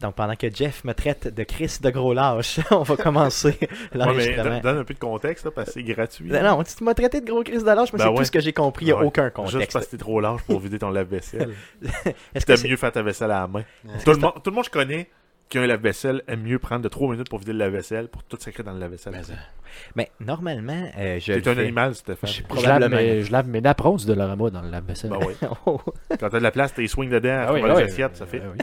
Donc, pendant que Jeff me traite de Chris de gros lâche, on va commencer l'enregistrement. Ouais, donne un peu de contexte, là, parce que c'est gratuit. Non, non, tu m'as traité de gros Chris de lâche, mais Ben c'est ouais. tout ce que j'ai compris. Il n'y a Ouais. aucun contexte. Juste parce que t'es trop large pour vider ton lave-vaisselle. Est-ce que T'aimes c'est- mieux faire ta vaisselle à la main. Est-ce Tout que le, monde, tout le monde que je connais qui a un lave-vaisselle aime mieux prendre de 3 minutes pour vider le lave-vaisselle pour tout sacrer dans le lave-vaisselle. Mais normalement, euh, Ben, je. T'es le un fais. animal, Stéphane. Je- Je lave, Probablement. mes, je lave mes nappes roses de Lorama dans le lave-vaisselle. Ben oui. Oh. Quand t'as de la place, t'es swing dedans, Ah tu oui, vois ah les oui. assiettes, ça fait. Ah oui.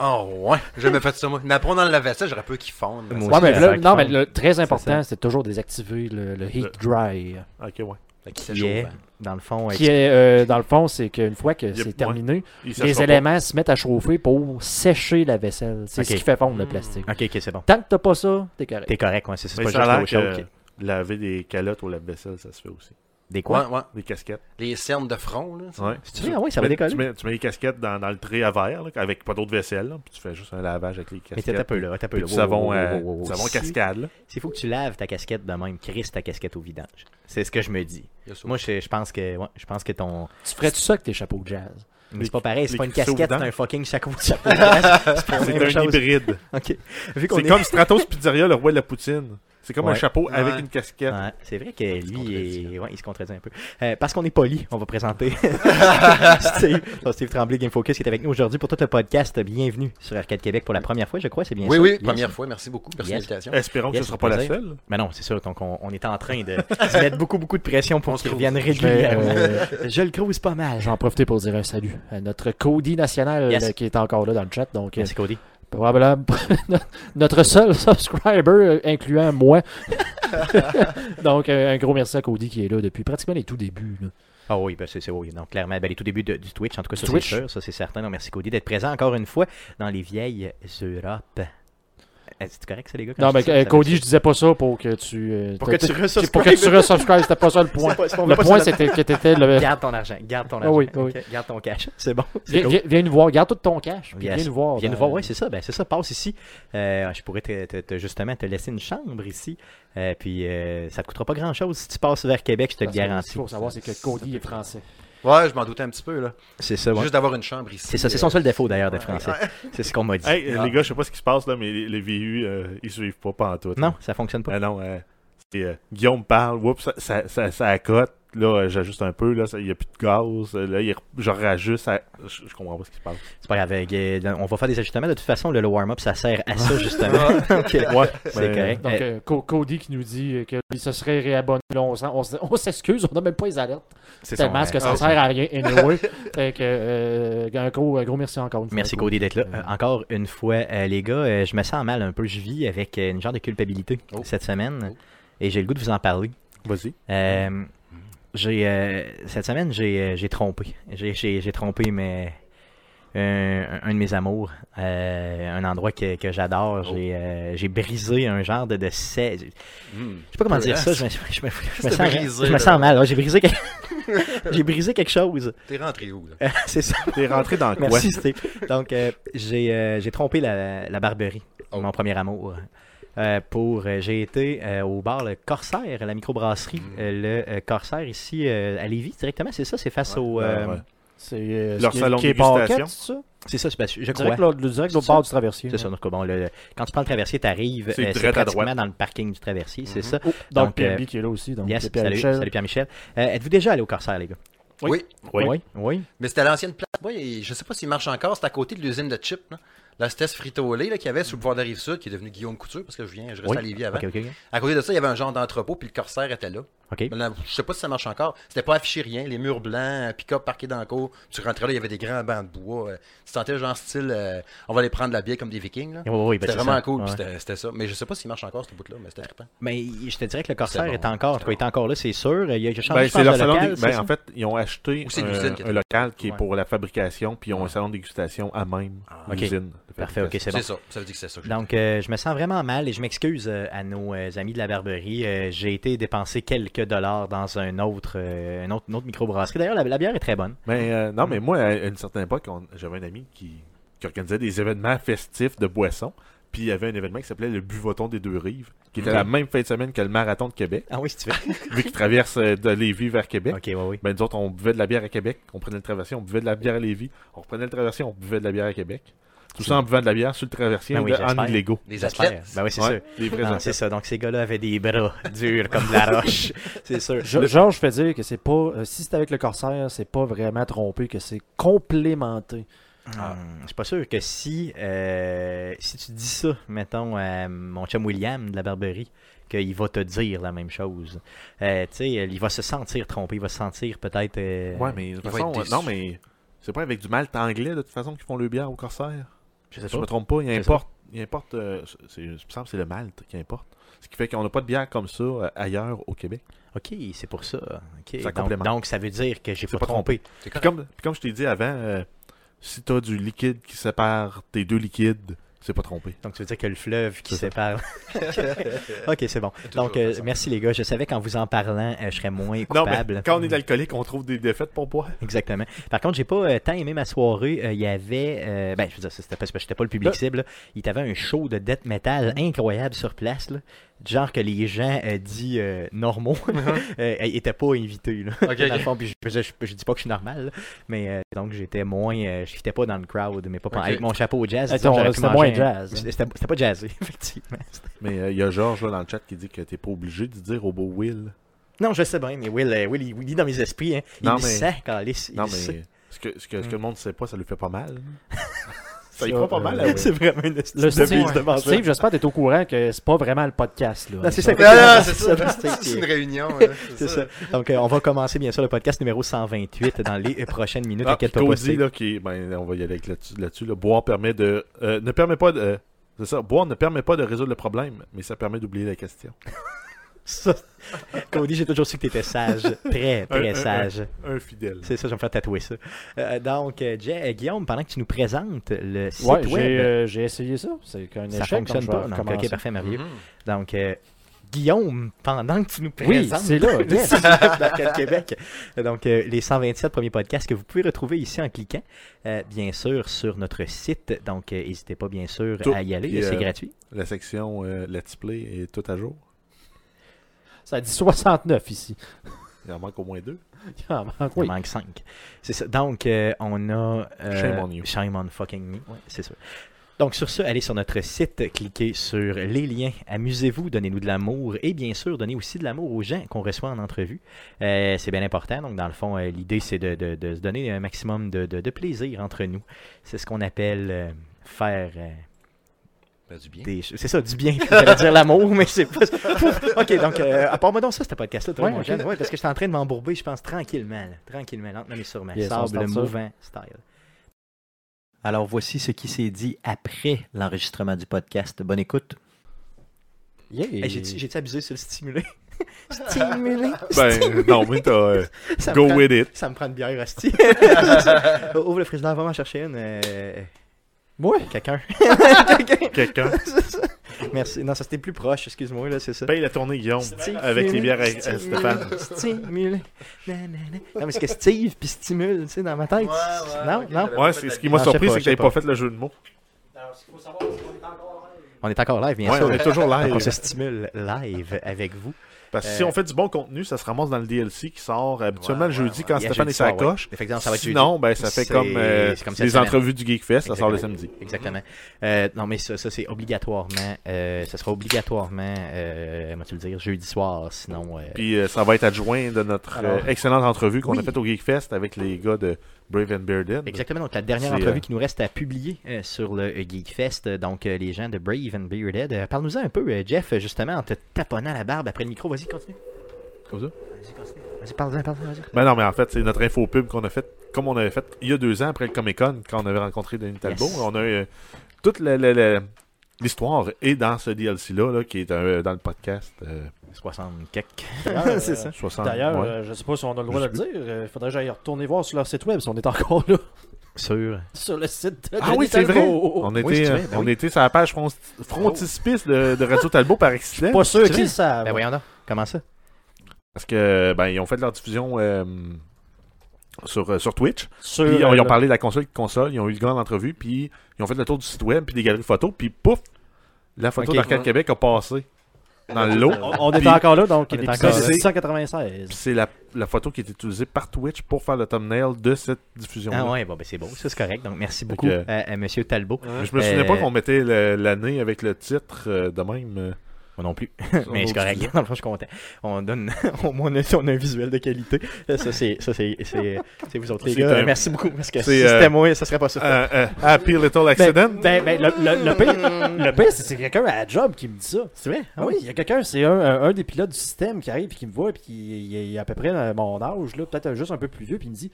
Oh ouais, j'ai jamais fait ça moi. Napron dans le lave-vaisselle, j'aurais peur qu'ils fondent. Moi Ouais, aussi, mais la là, vague non, mais fond. le très ça. important, c'est toujours désactiver le, le heat dry. Ah Ok, ouais. Fait que c'est Qui est, chaud, hein. dans le fond, Qui est, euh, dans le fond, c'est qu'une fois que Yep, ouais. c'est terminé, Ils sécheront les pas. éléments se mettent à chauffer pour sécher la vaisselle. C'est Ok. ce qui fait fondre le plastique. Ok, ok, c'est bon. Tant que t'as pas ça, t'es correct. T'es correct, ouais, c'est c'est Mais pas ça a l'air juste l'eau que choke. laver des calottes au lave-vaisselle, ça se fait aussi. Des quoi? Ouais, ouais. Des casquettes. Les cernes de front, là. ça. Ouais. C'est-tu vrai? Ah oui, ça va Tu mets- décoller. Tu mets, tu mets les casquettes dans, dans le tray à verre, là, avec pas d'eau de vaisselle, là, puis tu fais juste un lavage avec les Mais t'as casquettes. un peu là, t'as un peu Puis là. du Wow, wow, savon wow, euh, wow, wow, wow. du savon Si- cascade, là. S'il faut que tu laves ta casquette de même, crisse ta casquette au vidange. C'est ce que je me dis. Yes, Moi, je, je pense que ouais, je pense que ton. Tu ferais-tu ça avec tes chapeaux de jazz? Mais Les- c'est pas pareil, c'est les pas une crisses au casquette, c'est vidange. un fucking chapeau de chapeau. de glace. c'est pas la C'est même un chose. hybride. Ok. Vu qu'on C'est est- comme Stratos Pizzeria, le roi de la poutine. C'est comme un Ouais. chapeau avec Ouais. une casquette. Ouais, c'est vrai que lui, contredit, est- ouais, il se contredit un peu. Euh, parce qu'on est poli, on va présenter Steve, Donc, Steve Tremblay, Game Focus, qui est avec nous aujourd'hui pour tout le podcast. Bienvenue sur Arcade Québec pour la première fois, je crois, c'est bien oui, ça? oui, Yes. première fois, merci beaucoup. Merci Yes. Euh. de l'invitation. Espérons que Yes, ce ne sera pas la plaisir. seule. Mais non, c'est sûr. Donc, on, on est en train de de mettre beaucoup, beaucoup de pression On pour se qu'ils crouse. reviennent Je vais, régulièrement. euh, Je le crouse pas mal. J'en profiter pour dire un salut à notre Cody national Yes. euh, qui est encore là dans le chat. Donc, euh, Merci, Cody. Probablement notre seul subscriber, euh, incluant moi. Donc, euh, un gros merci à Cody qui est là depuis pratiquement les tout débuts. là. Ah oui, ben c'est c'est- oui. Donc, clairement, ben, les tout débuts de- du Twitch, en tout cas, ça c'est Twitch. sûr, ça c'est certain. Donc, merci, Cody, d'être présent encore une fois dans les vieilles Europes. Est-ce correct, ça, les gars? quand Non, je mais dis ça? euh, Ça va- Cody, je disais pas ça pour que tu. euh, Pour que t'as- tu t'as- pour que tu resubscribes, c'était pas ça le point. C'est pas- c'est pas- on veut Le pas point, ça là-dedans. c'était que t'étais le. Garde ton argent, garde ton Ah argent. oui, oui. Ok, Garde ton cash. C'est bon. c'est Viens, cool. viens- viens nous voir, garde tout ton cash. puis Yes. Viens nous voir. Viens ben, nous voir, oui, c'est ça, ben, c'est ça, passe ici. Euh, je pourrais te, te- te- justement te laisser une chambre ici, Euh, puis euh, ça te coûtera pas grand-chose si tu passes vers Québec, je te le parce que Ce garantis. qu'il faut savoir, c'est que Cody est français. Ouais, je m'en doutais un petit peu, là. C'est ça, ouais. Juste d'avoir une chambre ici. euh, c'est ça, c'est son seul défaut d'ailleurs d'être français. C'est ce qu'on m'a dit. Hey, euh, Ah. les gars, je sais pas ce qui se passe là, mais les, les VU, euh, ils suivent pas pantoute. Non, ça fonctionne pas. Ah non, euh, c'est, euh, Guillaume parle, oups, ça, ça, ça, ça accote. Là, euh, j'ajuste un peu, là, ça- il n'y a plus de gaz. Euh, Là, il re- je rajuste. ça- Je, je comprends pas ce qui se passe. C'est pas grave, euh, on va faire des ajustements. De toute façon, le, le warm-up, ça sert à ça justement. Donc, euh, Ouais, c'est ben, correct. Donc, Euh, euh, Co- Cody qui nous dit euh, que lui se serait réabonné. Là, on s'en- on s- on s'excuse, on n'a même pas les alertes. c'est son, tellement ce que euh, ça sert à rien anyway. fait que, euh, un, gros, un gros merci encore une fois. Merci Cody d'être là. Euh, encore une fois, euh, les gars, euh, je me sens mal un peu. Je vis avec euh, une genre de culpabilité Oh. cette semaine Oh. Mm. et j'ai le goût de vous en parler. Vas-y. Euh, j'ai euh, cette semaine j'ai euh, j'ai trompé j'ai j'ai- j'ai trompé mais un, un de mes amours euh, un endroit que, que j'adore Oh. j'ai euh, j'ai brisé un genre de de sais je sais Hmm. pas comment dire Yes. ça je me, je me- je me C'est sens brisé, je me là. sens mal ouais, j'ai brisé quelque... j'ai brisé quelque chose T'es rentré où, là? c'est ça T'es rentré dans quoi merci Steve. donc euh, j'ai euh, j'ai trompé la, la Barberie Oh. mon premier amour euh, pour euh, j'ai été euh, au bar le Corsaire, à la microbrasserie, euh, le euh, Corsaire ici euh, à Lévis directement, c'est ça, c'est face au euh, Ouais, ouais. C'est euh, Leur ce qui- salon qui est de dégustation. banquette, c'est ça? c'est ça, c'est parce- je crois. Direct, l'autre- le- direct C'est l'autre ça. bord du traversier. C'est ça, donc, bon, le- quand tu prends le traversier, t'arrives, euh, C'est c'est direct à pratiquement droite. dans le parking du traversier, c'est Mhm. ça. Oh, donc, Donc, PNB euh, qui est là aussi. Donc, Yes, c'est Pierre salut, Michel. salut Pierre-Michel. Euh, Êtes-vous déjà allé au Corsaire, les gars? Oui. Oui. Oui. Mais c'était à l'ancienne place. Boy, et je sais pas s'il marche encore. C'était à côté de l'usine de chips, là. La Stess Frito-Lay, là, qu'il y avait sous le pouvoir de Rive-Sud, qui est devenu Guillaume Couture, parce que je viens, je reste Oui. à Lévis avant. Ok, ok, ok. À côté de ça, il y avait un genre d'entrepôt, puis le corsaire était là. Ok. Maintenant, je sais pas si ça marche encore. C'était pas affiché rien. Les murs blancs, un pick-up parqué dans le cours. Tu rentrais là, il y avait des grands bancs de bois. euh, Tu sentais genre style, euh, on va aller prendre la bière comme des vikings. là. Oui, oui, oui, ben, C'était c'est vraiment ça. cool. Ouais. puis C'était c'était ça. Mais je sais pas s'il marche encore, ce bout-là, mais c'était trippant. Mais je te dirais que le Corsaire bon, est encore, en tout cas, il est encore là, c'est sûr. Il y a, il a changé, Ben, je pense, c'est leur de salon. local, des- c'est ben, ça? en fait, ils ont acheté Ou c'est l'usine qui un, était un local qui est Ouais. Ah. pour la fabrication, puis ils ont un salon de dégustation à même Ok. l'usine. Parfait, ok, c'est bon. C'est ça. Ça veut dire que c'est ça. que j'ai Donc, euh, je me sens vraiment mal et je m'excuse euh, à nos euh, amis de la Barberie. Euh, J'ai été dépenser quelques dollars dans un autre, euh, un autre, une autre microbrasserie. D'ailleurs, la, la bière est très bonne. Mais euh, non, Mm. mais moi, à une certaine époque, on- j'avais un ami qui, qui organisait des événements festifs de boissons. Puis il y avait un événement qui s'appelait le Buvoton des Deux Rives, qui était la même fin de semaine que le Marathon de Québec, Ah oui, si tu veux. vu qu'il traverse euh, de Lévis vers Québec. ok, oui, oui. Ben, nous autres, on buvait de la bière à Québec, on prenait le traversier, on buvait de la bière à Lévis, on reprenait le traversier, on buvait de la bière à Québec. Tout ça en buvant de la bière sur le traversier Ben ou oui, de- en j'espère. illégaux. Les J'espère. athlètes. Ben oui, c'est Ouais, sûr. les vrais Ah, athlètes. c'est ça. Donc, ces gars-là avaient des bras durs comme de la roche. c'est sûr. Je- Georges fait dire que c'est pas. euh, si c'est avec le corsaire, c'est pas vraiment trompé, que c'est complémenté. Ah. Hum, Je suis pas sûr que si, euh, si tu dis ça, mettons, à mon chum William de la Barberie, qu'il va te dire la même chose. Euh, tu sais, il va se sentir trompé. Il va se sentir peut-être. euh, Ouais, mais de toute va façon, être euh, déçu. non, mais c'est pas avec du malt anglais de toute façon qu'ils font le bière au Corsaire. Je sais Si je pas. me trompe pas, il Je sais pas. importe. Il importe. euh, c'est, il me semble que c'est le malt qui importe. Ce qui fait qu'on n'a pas de bière comme ça euh, ailleurs au Québec. Ok, c'est pour ça. Ok. Ça donc, complémente. donc, ça veut dire que j'ai C'est pas, pas trompé. C'est Puis correct. comme, puis comme je t'ai dit avant, euh, si t'as du liquide qui sépare tes deux liquides, c'est pas trompé. Donc, tu veux dire que le fleuve qui C'est ça. sépare. ok, c'est bon. Toujours Donc, euh, ça. merci les gars. Je savais qu'en vous en parlant, euh, je serais moins Non, coupable. mais quand on est alcoolique, on trouve des défaites pour boire. Exactement. Par contre, j'ai pas euh, tant aimé ma soirée. Euh, Il y avait. euh, ben, je veux dire, c'était parce que j'étais pas le public Là- cible. là. Il y avait un show de death metal incroyable sur place. Là. Genre que les gens euh, dits euh, normaux Uh-huh. euh, étaient pas invités. Là. Ok, Dans le ok. fond, puis je, je- je dis pas que je suis normal, là, mais euh, donc j'étais moins. euh, je fitais pas dans le crowd, mais pas Ok. avec mon chapeau jazz. Hey, disons, Euh, ton- j'aurais pu c'était manger moins un- jazz, hein. C'était c'était pas jazzé, effectivement. C'était- Mais euh, il y a Georges là, dans le chat qui dit que t'es pas obligé de dire au beau Will. Non, je sais bien, mais Will, euh, Will, il, il est dans mes esprits. Hein. Il Non, le mais- sent, Calice, il Non, le sait. Hmm. mais ce que, ce, que, ce que le monde sait pas, ça lui fait pas mal. ça Ça, lui fait pas mal, ah à euh, Will. C'est vraiment une Le devise Steve, de menteur. Steve, j'espère que t'es au courant que c'est pas vraiment le podcast. Là, Non, c'est ça. Non, non, Ah, c'est ça. C'est C'est une ça. réunion. hein, C'est ça. Donc, euh, on va commencer bien sûr le podcast numéro 128 dans les euh, prochaines minutes. Ah, T'inquiète puis pas, pas, Cody, Steve. là, qui, ben, on va y aller avec là-dessus. là-dessus, là. boire permet de. euh, ne permet pas de. euh, c'est ça, boire ne permet pas de résoudre le problème, mais ça permet d'oublier la question. Ça. Cody, j'ai toujours su que t'étais sage. Très, Un, un, très sage. Un fidèle. C'est ça, je vais me faire tatouer ça. Euh, donc, euh, Jay, euh, Guillaume, pendant que tu nous présentes le site Ouais, j'ai web, euh, j'ai essayé ça. C'est qu'un ça échec. fonctionne donc je pas. vais Donc, recommencer. ok, parfait, merveilleux. Mhm. Mm-hmm. Donc, euh, Guillaume, pendant que tu nous Oui, présentes c'est là. yes. Arcade Québec. Donc, euh, les 127 premiers podcasts que vous pouvez retrouver ici en cliquant, euh, bien sûr, sur notre site. Donc, euh, n'hésitez pas, bien sûr, Tout. à y aller. Puis, C'est euh, gratuit. La section euh, Let's Play est tout à jour. Ça dit 69 ici. Il en manque au moins deux. Il en manque, Il oui. en manque 5. C'est ça. Donc, euh, on a. euh, Shame on you. Shame on fucking me. Ouais, c'est sûr. Donc, sur ce, allez sur notre site, cliquez sur les liens, amusez-vous, donnez-nous de l'amour et bien sûr, donnez aussi de l'amour aux gens qu'on reçoit en entrevue. Euh, c'est bien important. Donc, dans le fond, euh, l'idée, c'est de, de- de se donner un maximum de, de- de plaisir entre nous. C'est ce qu'on appelle euh, faire. euh, Ben, du bien. des ch- C'est ça, du bien. J'allais dire l'amour, mais c'est pas. ok, donc, euh, à part moi donc ça, ce podcast-là, toi, Ouais, mon ok. jeune. Ouais, parce que je suis en train de m'embourber, je pense, tranquillement, là, tranquillement, lentement, mais sûrement. Yes, on se Sable tente ça. mouvant style. Alors, voici ce qui s'est dit après l'enregistrement du podcast. Bonne écoute. Yeah. J'ai-tu abusé sur le stimulé? stimulé? Ben, non, mais t'as. euh, Ça me go prend- with it. Ça me prend une bière, Asti. Ouvre le frigidaire, va m'en chercher une. euh, Moi? Quelqu'un. Quelqu'un. Merci. Non, ça c'était plus proche, excuse-moi, là, c'est ça. Paye la tournée, Guillaume, Steve, avec les bières à, à Steve, Stéphane. Stimulé. Nanana. Non, mais c'est que Steve puis stimule, tu sais, dans ma tête. Ouais, ouais, non, ok, non. j'avais- Ouais, c'est ce qui Non, m'a je sais surpris, pas, c'est je sais que t'avais pas. Ah, pas fait le jeu de mots. On est encore live, bien Ouais, sûr. on est toujours Donc, live. on se stimule live avec vous. Parce que Euh, si on fait du bon contenu, ça se ramasse dans le DLC qui sort habituellement Ouais, le jeudi ouais, quand Il y a Stéphane jeudi est sa soir, ouais. coche. Effectivement, ça va être jeudi. Sinon, ben, ça fait C'est- comme, euh, c'est comme cette les semaine. entrevues du Geekfest, ça sort le Exactement. samedi. Exactement. Euh, non, mais ça, ça, c'est obligatoirement. euh, ça sera obligatoirement, euh, tu le dire, jeudi soir, sinon. euh, Puis euh, ça va être adjoint de notre Alors- euh, excellente entrevue qu'on Oui. a faite au Geekfest avec les gars de Brave and Bearded. Exactement, donc la dernière C'est, entrevue euh, qui nous reste à publier euh, sur le euh, Geekfest, euh, donc euh, les gens de Brave and Bearded. Euh, Parle-nous-en un peu, euh, Jeff, euh, justement, en te taponnant la barbe après le micro. Vas-y, continue. Comme ça? Vas-y, continue. Vas-y, parle-en, parle-en, vas-y. Ben non, mais en fait, c'est notre info pub qu'on a faite, comme on avait fait il y a deux ans après le Comic Con, quand on avait rencontré Denis Talbot. Yes. On a euh, toute la- la- la- l'histoire est dans ce DLC-là, là, qui est euh, dans le podcast euh, 60 quelques. D'ailleurs, Ah, C'est ça. 60. D'ailleurs, ouais. euh, je sais pas si on a le droit Je de le dire. Il faudrait que j'aille retourner voir sur leur site web si on est encore là. sur. sur le site de Ah Denis oui, c'est vrai. Talbot. Oh, On Oui, était, c'est euh, vrai, ben on oui. était sur la page front- frontispice de, de Radio Talbot par accident. Pas sûr C'est vrai? qu'ils savent. Ben voyons donc, comment ça? Parce que ben ils ont fait leur diffusion euh, sur, euh, sur Twitch. Sur, Puis ils ont, ils ont euh, parlé de la console qui console, ils ont eu le gars en entrevue, puis ils ont fait le tour du site web, puis des galeries de photos, puis pouf, la photo Ok. d'Arcade Québec a passé dans le lot. euh, On, on est Puis- encore là, donc on est l'épisode encore là. 696. Puis c'est la, la photo qui est utilisée par Twitch pour faire le thumbnail de cette diffusion. Ah ouais, bon, ben c'est beau, ça c'est correct. Donc merci beaucoup euh, que- à, à Monsieur Talbot. Je me souvenais Euh, pas qu'on mettait le- l'année avec le titre euh, de même. euh, Moi non plus, sur mais nos c'est correct. diffusions. Dans le fond, je suis content. On donne, au moins on a, on a un visuel de qualité. Euh, Ça, c'est, ça, c'est, c'est, c'est vous autres les C'est gars. un- Merci beaucoup, parce que si c'est, euh, c'était moi, ça serait pas ça. Euh, euh, happy Little Ben, Accident. ben, ben, le, le, le pire, le pire, c'est c'est quelqu'un à la job qui me dit ça. c'est vrai? Ah oui, il y a quelqu'un, c'est un, un, un des pilotes du système qui arrive et qui me voit, puis qui il est, il est à peu près dans mon âge, là, peut-être juste un peu plus vieux, puis il me dit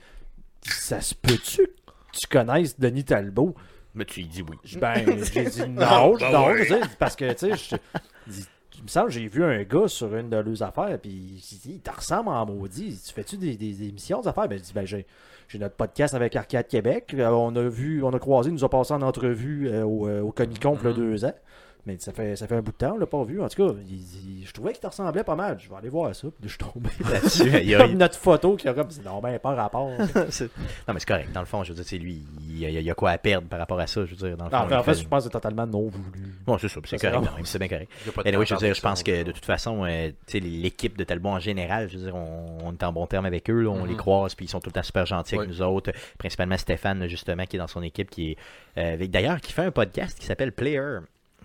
Ça se peut-tu que tu connaisses Denis Talbot Mais tu y dis oui. Je- Ben, j'ai dit non, Ben non, ouais. tu sais, parce que, tu sais, je. il- il me semble que j'ai vu un gars sur une de leurs affaires, puis il dit Il te ressemble en maudit. Tu fais-tu des, des émissions d'affaires Ben, je dis Ben, j'ai, j'ai notre podcast avec Arcade Québec. Euh, On a vu, on a croisé, il nous a passé en entrevue euh, au, euh, au Comic Con il y a deux ans. Mais ça fait, ça fait un bout de temps, on l'a pas vu. En tout cas, il- il- je trouvais qu'il te ressemblait pas mal. Je vais aller voir ça, puis je suis tombé là-dessus. Aïe, aïe. comme notre photo qui a comme Non, ben, pas rapport. C'est- non, mais c'est correct. Dans le fond, je veux dire, c'est lui, il y, a, il y a quoi à perdre par rapport à ça, je veux dire. Dans le fond, Non, mais en il fait, fait- je pense que c'est totalement non voulu. Bon, c'est ça, c'est Ça, c'est correct. bon. non, C'est bien correct. Il y a pas de Et oui, je temps veux à dire, je pense perdre, que de toute façon, euh, tu sais, l'équipe de Talbot en général, je veux dire, on, on est en bon terme avec eux, là, on Mhm. les croise, puis ils sont tout le temps super gentils avec Oui. nous autres. Principalement Stéphane, là, justement, qui est dans son équipe, qui est euh, avec- d'ailleurs, qui fait un podcast qui s'appelle Player,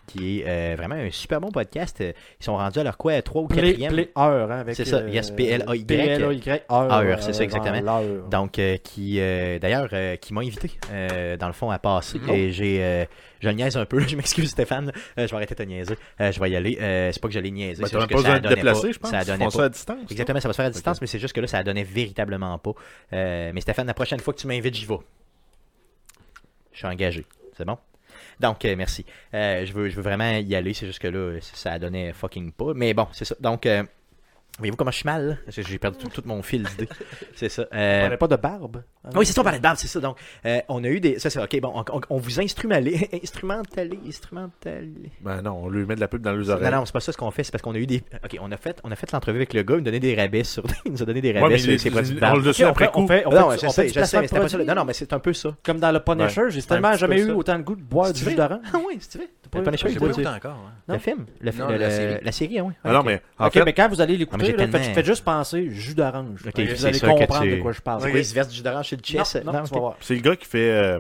qui est euh, vraiment un super bon podcast. Euh, Ils sont rendus à leur quoi, 3 ou 4 Play, play heure, hein, avec. C'est ça, yes, P-L-A-Y. P-L-A-Y, heure. Heure, c'est ça, genre exactement. l'heure. Donc, euh, qui, euh, d'ailleurs, euh, qui m'a invité, euh, dans le fond, à passer. Oh. Et j'ai, euh, je le niaise un peu, je m'excuse Stéphane, Euh, je vais arrêter de te niaiser. Euh, je vais y aller. Euh, c'est pas que je l'ai niaisé, Ben, c'est t'as juste même que ça pas besoin de te donnait déplacer, pas. je pense. Ça Ils donnait font ça pas. à distance. hein. non? Exactement, ça va se faire à distance, Ok. mais c'est juste que là, ça donnait véritablement pas. Euh, mais Stéphane, la prochaine fois que tu m'invites, j'y vais. Je suis engagé. C'est bon? Donc, euh, merci. Euh, je, veux, je veux vraiment y aller, c'est juste que là, ça donnait fucking pas. Mais bon, c'est ça. Donc, euh, voyez-vous comment je suis mal? là? Parce que J'ai perdu tout, tout mon fil d'idées. C'est ça. On Euh, n'avait pas de barbe. ah hein. Oui, c'est ça, on parlait de barbe, c'est ça. Donc, euh, on a eu des. Ça, c'est OK. Bon, on, on- on vous instrumentalise. Instrumentalise. Ben non, on lui met de la pub dans les Non, oreilles. non, c'est pas ça ce qu'on fait. C'est parce qu'on a eu des. OK, on a fait, on a fait l'entrevue avec le gars. Il nous donnait des rabais sur. Il nous a donné des Ouais, rabais mais sur les- ses produits de on barbe. le sait on après fait- on coup. fait- on non, fait- je on fait sais, du je sais, mais placement c'était pas ça. le- produit. Non, non, mais c'est un peu ça. Comme dans le Punisher, j'ai tellement petit jamais peu eu ça. autant le goût de boire du C'est jus vrai? d'orange. Ah oui, c'est vrai. T'as pas Le eu- Punisher, Je il sais doit pas dire- longtemps encore. hein. Le film. Le fi- Non, le- la le- série. La série, ah oui. Ah non, mais en Ok, fait, mais quand vous Ah, allez mais l'écouter, j'ai là, tellement- faites, faites juste penser jus d'orange. Ok, vous c'est allez sûr que comprendre tu- de quoi je parle. C'est quoi, il se verse du d'orange chez le chess? Non, non, ok. tu vas voir. c'est le gars qui fait euh,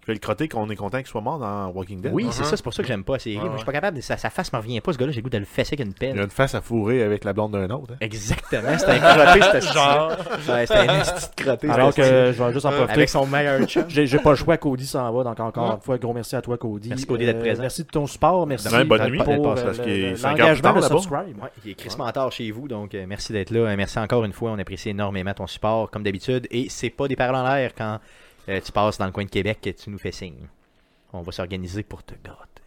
qui fait le crotté qu'on est content qu'il soit mort dans Walking Dead. Ben Ah. Oui, Mhm. c'est ça, c'est pour ça que j'aime pas la série. Ah, Moi, je suis pas capable, de- sa sa face m'en revient pas, ce gars-là, j'ai le goût de le fesser avec une pelle. Il a une face à fourrer avec la blonde d'un autre. hein. Exactement, c'était un crotté, c'était genre. C'était un petit crotté. Alors que c'était stylé. euh, je vais juste en profiter. Ah, Avec son meilleur chum. J'ai j'ai pas le choix, Cody s'en va. Donc, encore une fois, gros merci à toi, Cody. Merci, Cody, d'être Euh, présent. Merci de ton support. Merci Ouais, bonne pour nuit. euh, Parce le- qu'il est le- cinq heures plus l'engagement tard, de là-bas. subscribe. Ouais, il est Chris Mentor chez vous, donc euh, merci d'être là. Euh, merci encore une fois, on apprécie énormément ton support, comme d'habitude. Et c'est pas des paroles en l'air quand euh, tu passes dans le coin de Québec que tu nous fais signe. On va s'organiser pour te gâter.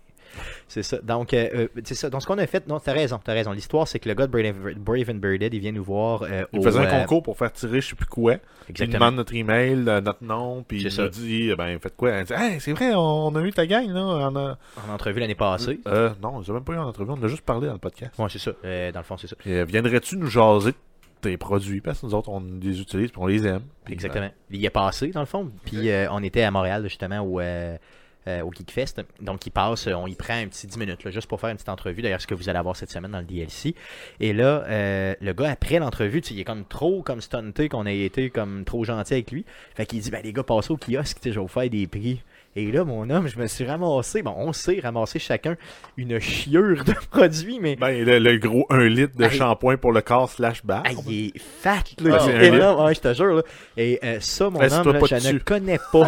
C'est ça. Donc, euh, euh, c'est ça. Donc, ce qu'on a fait, non, t'as raison, t'as raison. L'histoire, c'est que le gars de Brave, Brave and Birded, il vient nous voir. euh, Il au, faisait euh, un concours pour faire tirer je sais plus quoi. Il Exactement. demande notre email, euh, notre nom, puis C'est il ça. nous dit ben faites quoi Il dit, Hey, c'est vrai, on on a eu ta gang là. on a- En entrevue l'année passée. Euh, non, j'ai même pas eu en entrevue, on en a juste parlé dans le podcast. Ouais, c'est ça. Euh, dans le fond, c'est ça. Puis, euh, viendrais-tu nous jaser de tes produits parce que nous autres on les utilise puis on les aime. Puis, euh, Exactement. Il y est passé, dans le fond. Puis euh, on était à Montréal, justement, au, euh, euh, au Geekfest. Donc, il passe, euh, on y prend un petit 10 minutes, là, juste pour faire une petite entrevue. D'ailleurs, ce que vous allez avoir cette semaine dans le DLC. Et là, euh, le gars, après l'entrevue, tu sais, il est comme trop comme stunté qu'on ait été comme trop gentil avec lui. Fait qu'il dit, ben les gars, passez au kiosque, tu sais, je vais vous faire des prix. Et là, mon homme, je me suis ramassé, bon, on s'est ramassé chacun une chiure de produits, mais euh, Ben, le, le gros 1 litre de Hey. shampoing pour le corps slash barbe. ah, il est fat, là. il Ah, c'est est énorme, ouais, je te jure. Là. Et euh, ça, mon Reste-toi homme, là, pas je ne dessus. connais pas.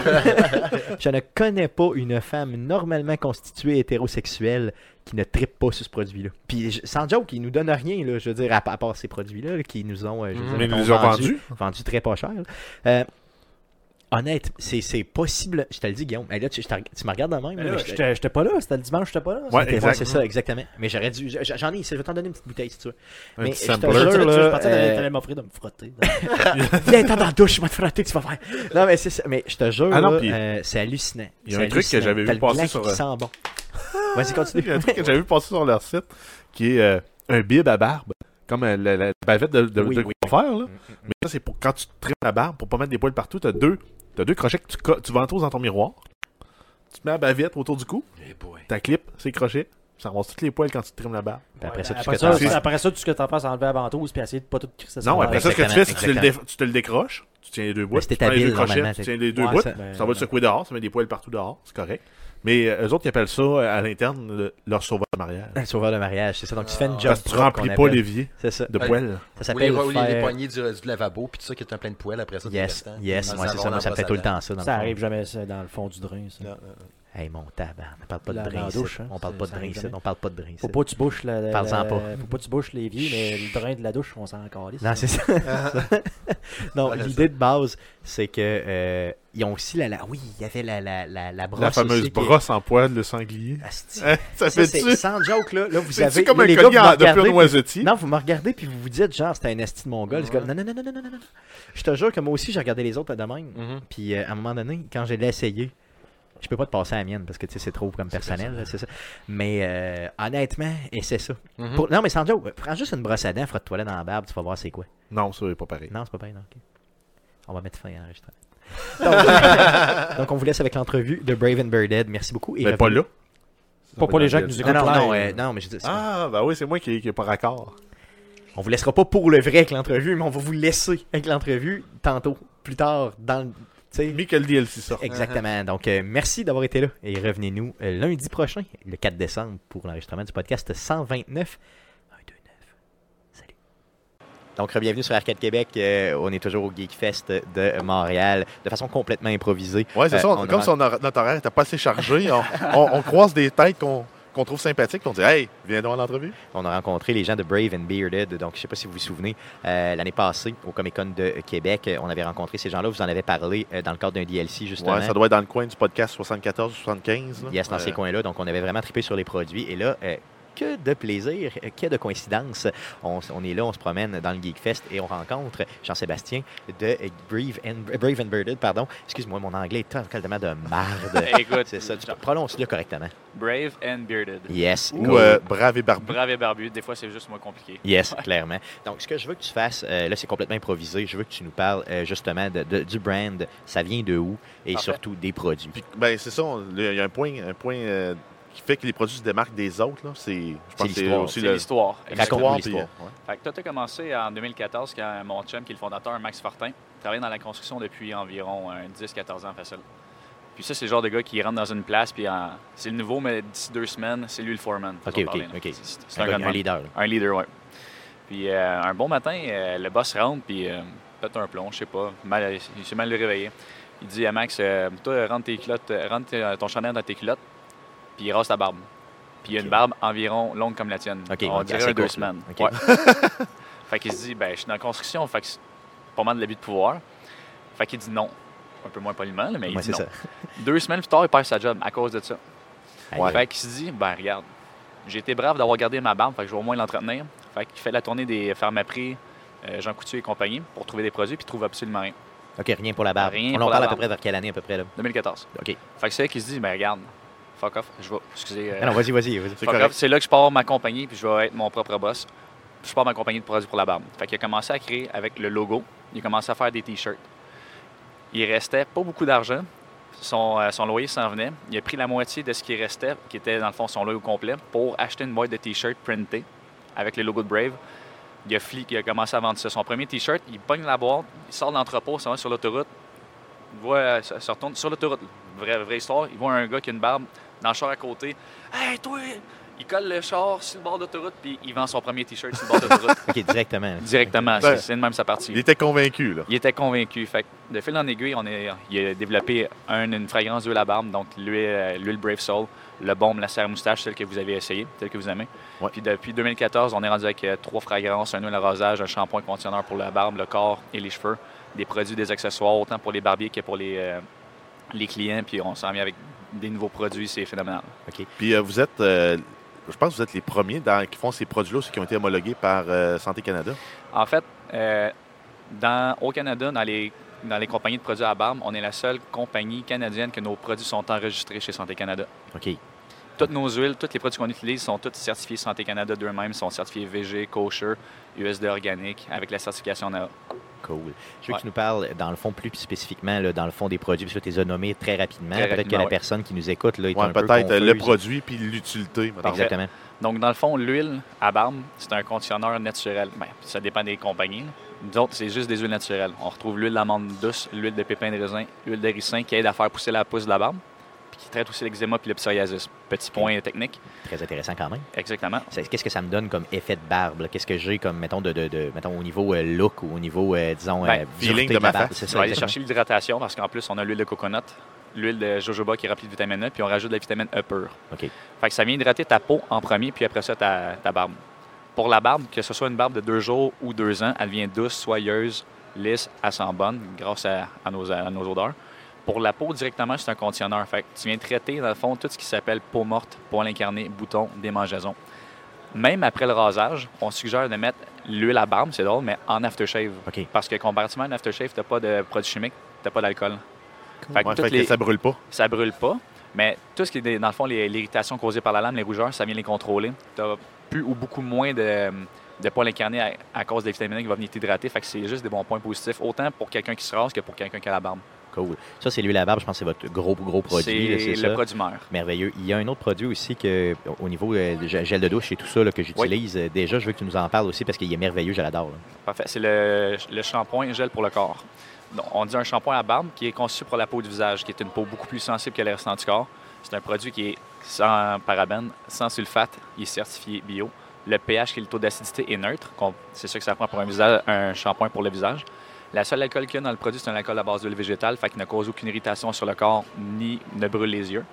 je ne connais pas une femme normalement constituée hétérosexuelle qui ne tripe pas sur ce produit-là. Puis, je- sans joke, il nous donne rien, là, je veux dire, à, à part ces produits-là là, qui nous ont, euh, je veux dire, Mais ils mettons, nous ont vendu- vendu. vendu très pas cher. là. Euh, honnête, c'est c'est possible. Je te le dis, Guillaume. Hey, là, tu, je te reg- tu me regardes de même. là, mais je te- J'étais j'étais pas Ben là, c'était le dimanche, j'étais pas là. Ouais, Ok, ouais, exact. c'est ça, exactement. Mais j'aurais dû. j'- J'en ai ici, je vais t'en donner une petite bouteille si tu veux. Un mais petit je te jure, sampler, Tu vois, tu vois, je là, pensais que euh, t'allais- t'allais m'offrir de me frotter. Viens, t'es dans la douche, je vais te frotter, tu vas faire. Non, mais c'est ça. Mais je te jure, Ah non, là, puis- euh, c'est hallucinant. Il y a C'est un truc que hallucinant. j'avais vu T'as le passer glac sur, qui euh, sent bon. Vas-y, Il y a un continue. truc que j'avais vu passer sur leur site qui est euh, un bib à barbe, comme euh, la, la bavette de, de, Oui, de oui. Mm, coiffeur, là. Mais ça, c'est pour quand tu trimes la barbe, pour pas mettre des poils partout, t'as deux, t'as deux crochets que tu, co- tu ventoses dans ton miroir. Tu mets la bavette autour du cou, Eh boy. ta clip, c'est crochet, ça ramasse tous les poils quand tu trimes la barbe. Puis Après ça, tout ce ben, après, que t'en ça, fais. c'est- après ça, tout ce que t'en fais, c'est enlever la ventouse puis essayer de pas tout crisser sur Non, la après ça, ce que tu exactement, fais, c'est que tu le, exactement. dé- tu te le décroches, tu tiens les deux bouts, c'était tu prends les deux habile, crochets, normalement, tu fait- tiens les deux Ouais, bouts, ça- euh, ça va le secouer dehors, ça met des poils partout dehors, c'est correct. Mais euh, eux autres, ils appellent ça euh, à l'interne le- leur sauveur de mariage. Le sauveur de mariage, c'est ça. Donc, tu fais une job. Ah. Parce que tu remplis pas l'évier C'est ça. de Ouais. poils. Ça Ou les, s'appelle. ou les- les faire- poignées du, du lavabo, puis tout ça qui est un plein de poils après ça. tout Yes, le restant. yes, hein. Dans moi le c'est savon, ça, moi dans ça me fait brosse tout le à dents. temps ça. Dans Ça le fond. arrive jamais ça, dans le fond du drain. Ça. Non, non, non. Hey mon tabarnak, on parle pas de La- la drain ici. douche, hein, On parle ça- pas de ça drain arrive ici. jamais. On parle pas de drain ici. Faut pas que tu bouches la, la- Parle-en la- pas. Faut pas que tu bouches l'évier, mais le drain de la douche, on s'en calisse. Non, c'est ça. Ah. non, Voilà, l'idée de base, c'est que euh, ils ont aussi la, la- oui, il y avait la la la, la brosse La fameuse aussi qui est- brosse en poils, le sanglier. Asti. Hein, ça Ça, fait-tu? c'est sans joke là, là vous C'est avez comme là, un les gars, collier vous me en- de regardez, pur puis- noisetier. Non, vous me regardez puis vous vous dites genre c'est un esti de mongol. C'est Ouais. comme, non non non non non non non. non. Je te jure que moi aussi j'ai regardé les autres de même. Mm. Mhm. Puis euh, à un moment donné, quand je l'ai essayé, je peux pas te passer à la mienne parce que tu sais, c'est trop comme personnel, là, c'est ça. Mais euh, honnêtement, et c'est ça. Mm. Mhm. Pour- Non, mais sans joke, prends juste une brosse à dents, frotte-toi là dans la barbe, tu vas voir c'est quoi. Non, ça n'est pas pareil. Non, c'est pas bien, non, ok. On va mettre fin à l'enregistrement. Donc, donc, on vous laisse avec l'entrevue de Brave and Birded. Merci beaucoup. Et Mais pas revenez- là. Pas pour les gens qui nous Non, écoutent. non, non, euh, live. non, mais je dis, Ah, bah oui, c'est moi qui n'ai pas raccord. on vous laissera pas pour le vrai avec l'entrevue, mais on va vous laisser avec l'entrevue tantôt, plus tard, dans le. tu sais. Mieux que le DLC sort. Exactement. Donc, euh, merci d'avoir été là et revenez-nous euh, lundi prochain, le 4 décembre, pour l'enregistrement du podcast 129. 129. Salut. Donc, bienvenue sur Arcade Québec. Euh, on est toujours au Geekfest de Montréal de façon complètement improvisée. Ouais, c'est Euh, ça. on- on comme a- si on a- notre horaire n'était pas assez chargé, on, on- on croise des têtes qu'on qu'on trouve sympathiques, puis on dit Hey, viens donc à l'entrevue. On a rencontré les gens de Brave and Bearded. Donc, je ne sais pas si vous vous souvenez, euh, l'année passée, au Comic Con de Québec, euh, on avait rencontré ces gens-là. Vous en avez parlé euh, dans le cadre d'un DLC, justement. Ouais, ça doit être dans le coin du podcast 74 ou 75. là. Yes, dans Euh, ces coins-là. Donc, on avait vraiment trippé sur les produits. Et là, euh, que de plaisir, euh, que de coïncidence. On, s- on est là, on se promène dans le Geekfest et on rencontre Jean-Sébastien de euh, Brave and, euh, Brave and Birded. Pardon. Excuse-moi, mon anglais est totalement de marde. Écoute, C'est ça, tu prononce-le correctement. Brave and bearded. Yes. Ou cool. euh, Brave et Barbu. Brave et barbu, des fois c'est juste moins compliqué. Yes, clairement. Donc, ce que je veux que tu fasses, euh, là, c'est complètement improvisé. Je veux que tu nous parles euh, justement de- de- du brand, ça vient de où et Parfait. surtout des produits. Puis, ben, c'est ça, on- il y a un point, un point euh, qui fait que les produits se démarquent des autres. là. C'est, je pense que c'est l'histoire. aussi C'est le. l'histoire. Raconte-nous l'histoire, puis, l'histoire. euh, ouais. Fait que toi, t'as commencé en 2014 quand mon chum, qui est le fondateur, Max Fortin, travaille dans la construction depuis environ euh, 10-14 ans facile. Puis ça, c'est le genre de gars qui rentre dans une place, puis en- c'est le nouveau, mais d'ici deux semaines, c'est lui le foreman. Ok, Façon de ok, parler, là. ok. C'est c'est C'est un, un, gars de un même. leader. là. Un leader, ouais. Puis euh, un bon matin, euh, le boss rentre, puis euh, pète un plomb, je sais pas. Mal, il s'est mal réveillé. Il dit à Max, euh, toi, rentre, tes culottes, euh, rentre tes- ton chandail dans tes culottes, puis il rase ta barbe. Puis il a une Ok. barbe environ longue comme la tienne. Ok, on ok, dirait assez un deux courte, là. semaines. Ok. Ouais. fait qu'il se dit, ben, je suis dans la construction, fait que c'est pas mal de l'abus de pouvoir. Fait qu'il dit non. Un peu moins poliment, là, mais il Ouais, dit c'est non. ça. Deux semaines plus tard, il perd sa job à cause de ça. Aïe. Fait qu'il se dit, ben regarde, j'ai été brave d'avoir gardé ma barbe, fait que je vais au moins l'entretenir. Fait qu'il fait la tournée des fermes à prix, euh, Jean Coutu et compagnie, pour trouver des produits, puis il trouve absolument rien. OK, rien pour la barbe. Rien on en pour la parle à peu barbe. près vers quelle année, à peu près, là? 2014. OK. Fait que c'est là qu'il se dit, ben regarde, fuck off, je vais, excusez, euh, Ah non, vas-y, vas-y, vas-y. C'est fuck correct. off, c'est là que je pars ma compagnie, puis je vais être mon propre boss. Je pars ma compagnie de produits pour la barbe. Fait qu'il a commencé à créer avec le logo, il a commencé à faire des t-shirts. Il restait pas beaucoup d'argent. Son, euh, son loyer s'en venait. Il a pris la moitié de ce qui restait, qui était dans le fond son logo complet, pour acheter une boîte de t-shirts printés avec le logo de Brave. Il a, fli- il a commencé à vendre ça. Son premier t-shirt, il pogne la boîte, il sort de l'entrepôt, s'en va sur l'autoroute. Il voit, euh, se se retourne sur l'autoroute. Vraie, vraie histoire. Il voit un gars qui a une barbe dans le char à côté. Hey, toi! Il colle le char sur le bord d'autoroute, puis il vend son premier t-shirt sur le bord d'autoroute OK, directement. là. directement. Ben, C'est- C'est de même sa partie. Il était convaincu. Là. Il était convaincu. Fait que de fil en aiguille, on est, il a développé un- une fragrance d'huile à barbe, donc l'huile euh, l'huile Brave Soul, le baume, la serre à moustache, celle que vous avez essayé, celle que vous aimez. Ouais. Puis depuis 2014, on est rendu avec euh, trois fragrances, un huile à rasage, un shampoing conditionnaire pour la barbe, le corps et les cheveux. des produits, des accessoires, autant pour les barbiers que pour les, euh, les clients. Puis on s'en vient avec des nouveaux produits, c'est phénoménal. Puis euh, vous êtes, euh, je pense que vous êtes les premiers dans- qui font ces produits-là, ceux qui ont été homologués par euh, Santé Canada. En fait, euh, dans, au Canada, dans les, dans les compagnies de produits à barbe, on est la seule compagnie canadienne que nos produits sont enregistrés chez Santé Canada. OK. Toutes nos huiles, tous les produits qu'on utilise sont tous certifiés Santé Canada d'eux-mêmes, sont certifiés VG, kosher, USD organique, avec la certification NAA. Cool. Je veux que Ouais. tu nous parles, dans le fond, plus spécifiquement, là, dans le fond des produits, parce que tu les as nommés très rapidement. Très Peut-être que rapidement, la ouais. personne qui nous écoute là, est Ouais, un peu peut-être euh, le confuse. produit puis l'utilité. mettons. Parfait. Exactement. Donc, dans le fond, l'huile à barbe, c'est un conditionneur naturel. Ben, ça dépend des compagnies. là. Nous autres, c'est juste des huiles naturelles. On retrouve l'huile d'amande douce, l'huile de pépins de raisin, l'huile de ricin qui aide à faire pousser la pousse de la barbe, puis qui traite aussi l'eczéma puis le psoriasis. Petit point technique. Très intéressant quand même. Exactement. Ça- Qu'est-ce que ça me donne comme effet de barbe? là? Qu'est-ce que j'ai comme, mettons, de, de- de- mettons, au niveau euh, look ou au niveau, euh, disons, Ben, euh, feeling dureté de ma la barbe? face. C'est On ça, va aller exactement. chercher l'hydratation parce qu'en plus, on a l'huile de coconut, l'huile de jojoba qui est remplie de vitamine E, puis on rajoute de la vitamine E pure. OK. Fait que ça vient hydrater ta peau en premier, puis après ça, ta, ta barbe. Pour la barbe, que ce soit une barbe de deux jours ou deux ans, elle devient douce, soyeuse, lisse, elle sent bonne grâce à, à nos, à nos odeurs. Pour la peau, directement, c'est un conditionneur. Fait que tu viens traiter, dans le fond, tout ce qui s'appelle peau morte, poils incarnés, boutons, démangeaisons. Même après le rasage, on suggère de mettre l'huile à barbe, c'est drôle, mais en aftershave. OK. Parce que comparativement à un aftershave, t'as pas de produits chimiques, t'as pas d'alcool. Fait que Ouais, toutes fait que les- ça brûle pas. ça brûle pas, mais tout ce qui est, des- dans le fond, les- l'irritation causée par la lame, les rougeurs, ça vient les contrôler. T'as plus ou beaucoup moins de, de poils incarnés à, à cause des vitamines E qui va venir t'hydrater. Fait que c'est juste des bons points positifs, autant pour quelqu'un qui se rase que pour quelqu'un qui a la barbe. Cool. Ça, c'est l'huile à barbe. Je pense que c'est votre gros, gros produit. là, c'est C'est ça. le produit mère. Merveilleux. Il y a un autre produit aussi que, au niveau euh, du gel de douche et tout ça là, que j'utilise. euh, Déjà, je veux que tu nous en parles aussi parce qu'il est merveilleux. Je l'adore. là. Parfait. C'est le, le shampoing gel pour le corps. Donc, on dit un shampoing à barbe qui est conçu pour la peau du visage, qui est une peau beaucoup plus sensible que le restant du corps. C'est un produit qui est sans parabènes, sans sulfate, il est certifié bio. Le pH, qui est le taux d'acidité, est neutre. qu'on- C'est ça que ça prend pour un, visage- un shampoing pour le visage. La seule alcool qu'il y a dans le produit, c'est un alcool à base d'huile végétale, fait qu'il ne cause aucune irritation sur le corps ni ne brûle les yeux.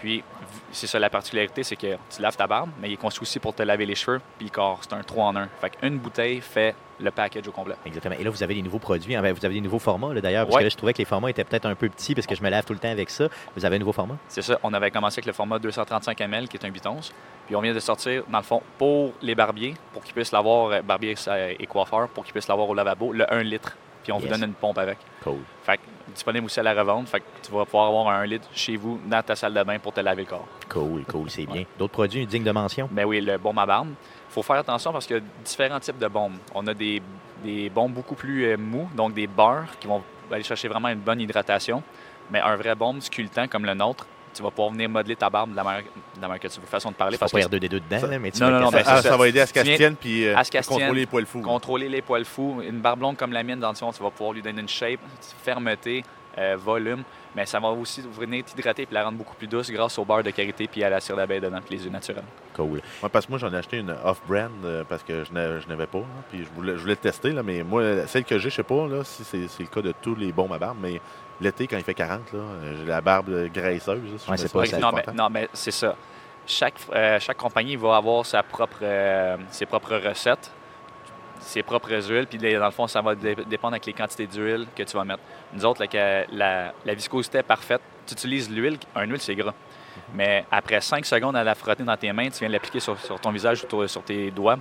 Puis, v- c'est ça la particularité, c'est que tu laves ta barbe, mais il est construit aussi pour te laver les cheveux puis le corps. C'est un 3 en 1. Fait qu'une bouteille fait le package au complet. Exactement. Et là, vous avez des nouveaux produits. hein, ben, Vous avez des nouveaux formats, là, d'ailleurs. Parce Ouais. que là, je trouvais que les formats étaient peut-être un peu petits parce que je me lave tout le temps avec ça. Vous avez un nouveau format? C'est ça, on avait commencé avec le format 235 ml qui est un 8 onces. Puis on vient de sortir, dans le fond, pour les barbiers, pour qu'ils puissent l'avoir, euh, barbiers euh, et coiffeurs, pour qu'ils puissent l'avoir au lavabo, le 1 litre. Puis on vous Yes. donne une pompe avec. Cool. Fait que disponible aussi à la revente. Fait que tu vas pouvoir avoir un 1 litre chez vous, dans ta salle de bain, pour te laver le corps. Cool, cool. C'est bien. D'autres produits dignes de mention? Ben oui, le baume à barbe. Il faut faire attention parce qu'il y a différents types de bombes. On a des, des bombes beaucoup plus euh, mous, donc des beurres qui vont aller chercher vraiment une bonne hydratation. Mais un vrai baume sculptant comme le nôtre, tu vas pouvoir venir modeler ta barbe de la manière, de la manière que tu veux. Façon de parler, Faut parce pas que R2D2 dedans, ça- là, mais tu Non, vas non, le non, faire. ben, Ah, c'est ça, ça. va aider à Tu se castienne puis euh, à se castienne, contrôler les poils fous. contrôler les poils fous. Une barbe longue comme la mienne, dans le fond, tu vas pouvoir lui donner une shape, fermeté, euh, volume. Mais ça va aussi venir t'hydrater et la rendre beaucoup plus douce grâce au beurre de karité puis à la cire d'abeille dedans, puis les yeux naturels. Cool. Ouais, parce que moi, j'en ai acheté une off-brand euh, parce que je n'a- je n'avais pas. là, puis je voulais, je voulais tester, là, mais moi, celle que j'ai, je sais pas là, si c'est c'est le cas de tous les bons à barbe, mais l'été, quand il fait 40, là, euh, j'ai la barbe euh, graisseuse. là, si je Ouais, me c'est sens pas Ouais, ça. non, mais, content. non, mais c'est ça. Chaque, euh, chaque compagnie va avoir sa propre, euh, ses propres recettes, ses propres huiles, puis les- dans le fond, ça va dé- dépendre avec les quantités d'huile que tu vas mettre. Nous autres, la, la, la viscosité est parfaite. Tu utilises l'huile, un huile, c'est gras. Mais après 5 secondes à la frotter dans tes mains, tu viens de l'appliquer sur, sur ton visage ou sur- sur tes doigts,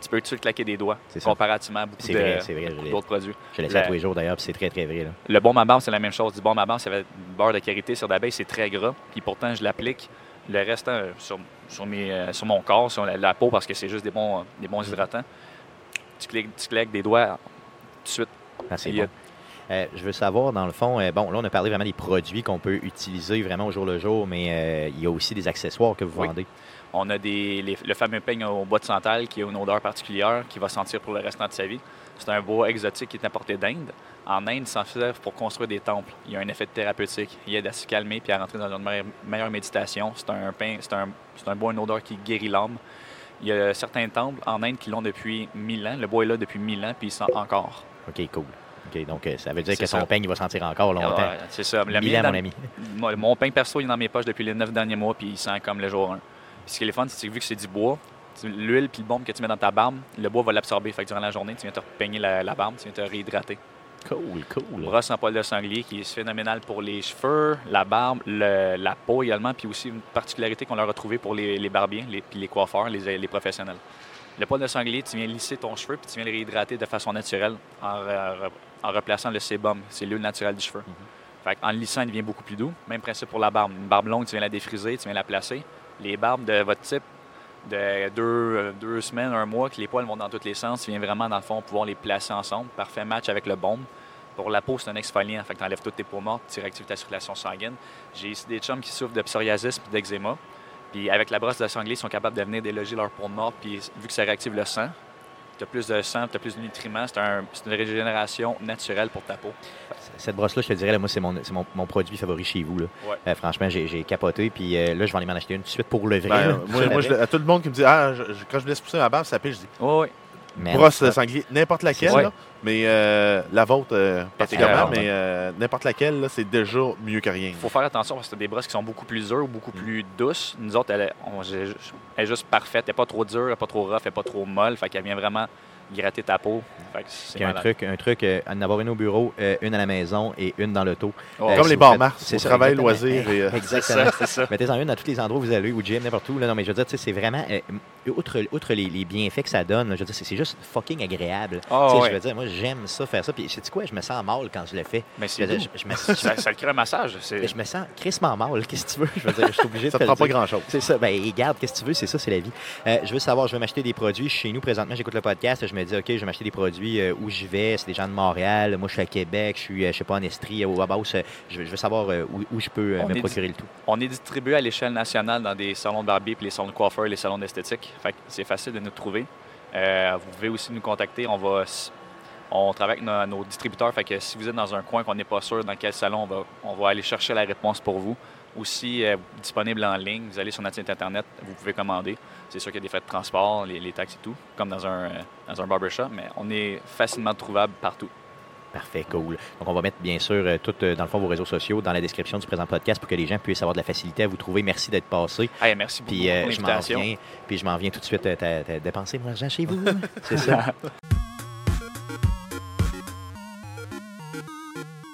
tu peux te claquer des doigts, C'est ça. comparativement à beaucoup C'est vrai, c'est de- vrai. Je l'ai- euh, d'autres produits. je l'ai ça La- tous les jours, d'ailleurs, puis c'est très, très vrai. là. Le bon à barbe, c'est la même chose. Du bon à barbe, ça va être du beurre de karité sur d'abeille, c'est très gras. Puis pourtant, je l'applique le restant euh, sur, sur, mes, euh, sur mon corps, sur la, la peau, parce que c'est juste des bons, euh, des bons hydratants. Tu cliques, tu claques des doigts tout de suite. Ah, c'est Il y a- bon. Euh, je veux savoir, dans le fond, euh, bon, là, on a parlé vraiment des produits qu'on peut utiliser vraiment au jour le jour, mais euh, il y a aussi des accessoires que vous Oui. vendez. On a des, les- le fameux peigne au bois de santal qui a une odeur particulière qui va sentir pour le restant de sa vie. C'est un bois exotique qui est importé d'Inde. En Inde, ils s'en servent pour construire des temples. Il y a un effet thérapeutique. Il aide à se calmer puis à rentrer dans une meilleure, meilleure méditation. C'est un, pain, c'est un, c'est un bois, une odeur qui guérit l'âme. Il y a certains temples en Inde qui l'ont depuis 1000 ans. Le bois est là depuis 1000 ans puis il sent encore. OK, cool. OK, donc euh, ça veut dire C'est que son ça. peigne, il va sentir encore longtemps. Alors, C'est ça. Le Mille mien, ans, dans- mon ami. Moi, Mon pain perso, il est dans mes poches depuis les 9 derniers mois, puis il sent comme le jour 1. Puis ce qui est le fun, c'est que vu que c'est du bois, tu- l'huile puis le bombe que tu mets dans ta barbe, le bois va l'absorber. Fait que durant la journée, tu viens te repeigner la, la barbe, tu viens te réhydrater. Cool, cool. Brosse en poil de sanglier qui est phénoménale pour les cheveux, la barbe, le- la peau également, puis aussi une particularité qu'on leur a trouvée pour les, les barbiers, les, puis les coiffeurs, les, les professionnels. Le poil de sanglier, tu viens lisser ton cheveu, puis tu viens le réhydrater de façon naturelle en, re- en replaçant le sébum, c'est l'huile naturelle du cheveu. Fait en lissant, il devient beaucoup plus doux. Même principe pour la barbe. Une barbe longue, tu viens la défriser, tu viens la placer. Les barbes de votre type, de deux, euh, deux semaines, un mois, que les poils vont dans tous les sens, tu viens vraiment, dans le fond, pouvoir les placer ensemble. Parfait match avec le bombe. Pour la peau, c'est un exfoliant. Fait que t'enlèves toutes tes peaux mortes, tu réactives ta circulation sanguine. J'ai ici des chums qui souffrent de psoriasis puis d'eczéma. Puis avec la brosse de sanglier, ils sont capables de venir déloger leurs peaux mortes. Puis vu que ça réactive le sang, tu as plus de sang, tu as plus de nutriments. C'est un- c'est une régénération naturelle pour ta peau. Cette brosse-là, je te dirais, là, moi, c'est mon, c'est mon, mon produit favori chez vous. Là. Ouais. Euh, franchement, j'ai j'ai capoté. Puis euh, là, je vais aller m'en acheter une tout de suite pour le vrai. Ben, là. moi, moi, je- à tout le monde qui me dit, ah, je- je- quand je me laisse pousser ma barbe, ça pique, je dis, Ouais, ouais. Man, brosse de sanglier, n'importe laquelle, Ouais. là, mais euh, la vôtre euh, particulièrement, mais Particulièrement, euh, n'importe laquelle, là, c'est déjà mieux que rien. Il faut faire attention parce que t'as des brosses qui sont beaucoup plus dures, beaucoup plus douces. Nous autres, elle est, on- j'ai- elle est juste parfaite. Elle n'est pas trop dure, elle n'est pas trop rough, elle n'est pas trop molle. Fait qu'elle vient vraiment gratter ta peau. Fait que c'est Puis un malade. truc, un truc euh, en avoir une au bureau, euh, une à la maison et une dans l'auto. Ouais. Euh, Comme si les vous bars faites- Mars, c'est au ça, travail, exactement. loisirs et, euh, C'est Exactement. ça, c'est ça. Mettez-en une à tous les endroits où vous allez, au gym, n'importe où. Là, non, mais je veux dire, tu sais, c'est vraiment. euh, outre outre les, les bienfaits que ça donne, là, je veux dire, c'est- c'est juste fucking agréable. Ah, Tu sais, ouais. Je veux dire, moi, j'aime ça, faire ça. Puis, sais-tu quoi, je me sens mal quand je le fais. Ben, Mais Je c'est veux dire, doux. je, je me, je- ça, ça te crée un massage. C'est- je me sens crissement mal. Qu'est-ce que tu veux? Je veux dire, je suis obligé de ça ne te prend le pas dire. grand-chose. C'est ça. Ben, et garde, qu'est-ce que tu veux? C'est ça, c'est la vie. Euh, je veux savoir, je vais m'acheter des produits. Chez nous, présentement, j'écoute le podcast. Je me dis, OK, je vais m'acheter des produits euh, où je vais. C'est des gens de Montréal. Moi, je suis à Québec. Je suis, euh, je sais pas, en Estrie, au Babos. Euh, Je, veux- je veux savoir euh, où, où je peux euh, On me est procurer le tout. On est distribué à l'échelle nationale dans des salons de barbier, puis les salons de coiffeurs, les salons d'esthétique. Fait que c'est facile de nous trouver. Euh, vous pouvez aussi nous contacter. On va, s- on travaille avec nos, nos distributeurs. Fait que si vous êtes dans un coin qu'on n'est pas sûr dans quel salon, on va, on va aller chercher la réponse pour vous. Aussi euh, disponible en ligne, vous allez sur notre site internet, vous pouvez commander. C'est sûr qu'il y a des frais de transport, les, les taxes et tout, comme dans un, euh, dans un barbershop, mais on est facilement trouvable partout. Parfait, cool. Donc, on va mettre bien sûr euh, tout euh, dans le fond vos réseaux sociaux, dans la description du présent podcast pour que les gens puissent avoir de la facilité à vous trouver. Merci d'être passé. Hey, merci beaucoup Puis euh, pour je m'en l'invitation. viens. Puis je m'en viens tout de suite euh, t'a- t'a- dépenser mon argent chez vous. c'est ça.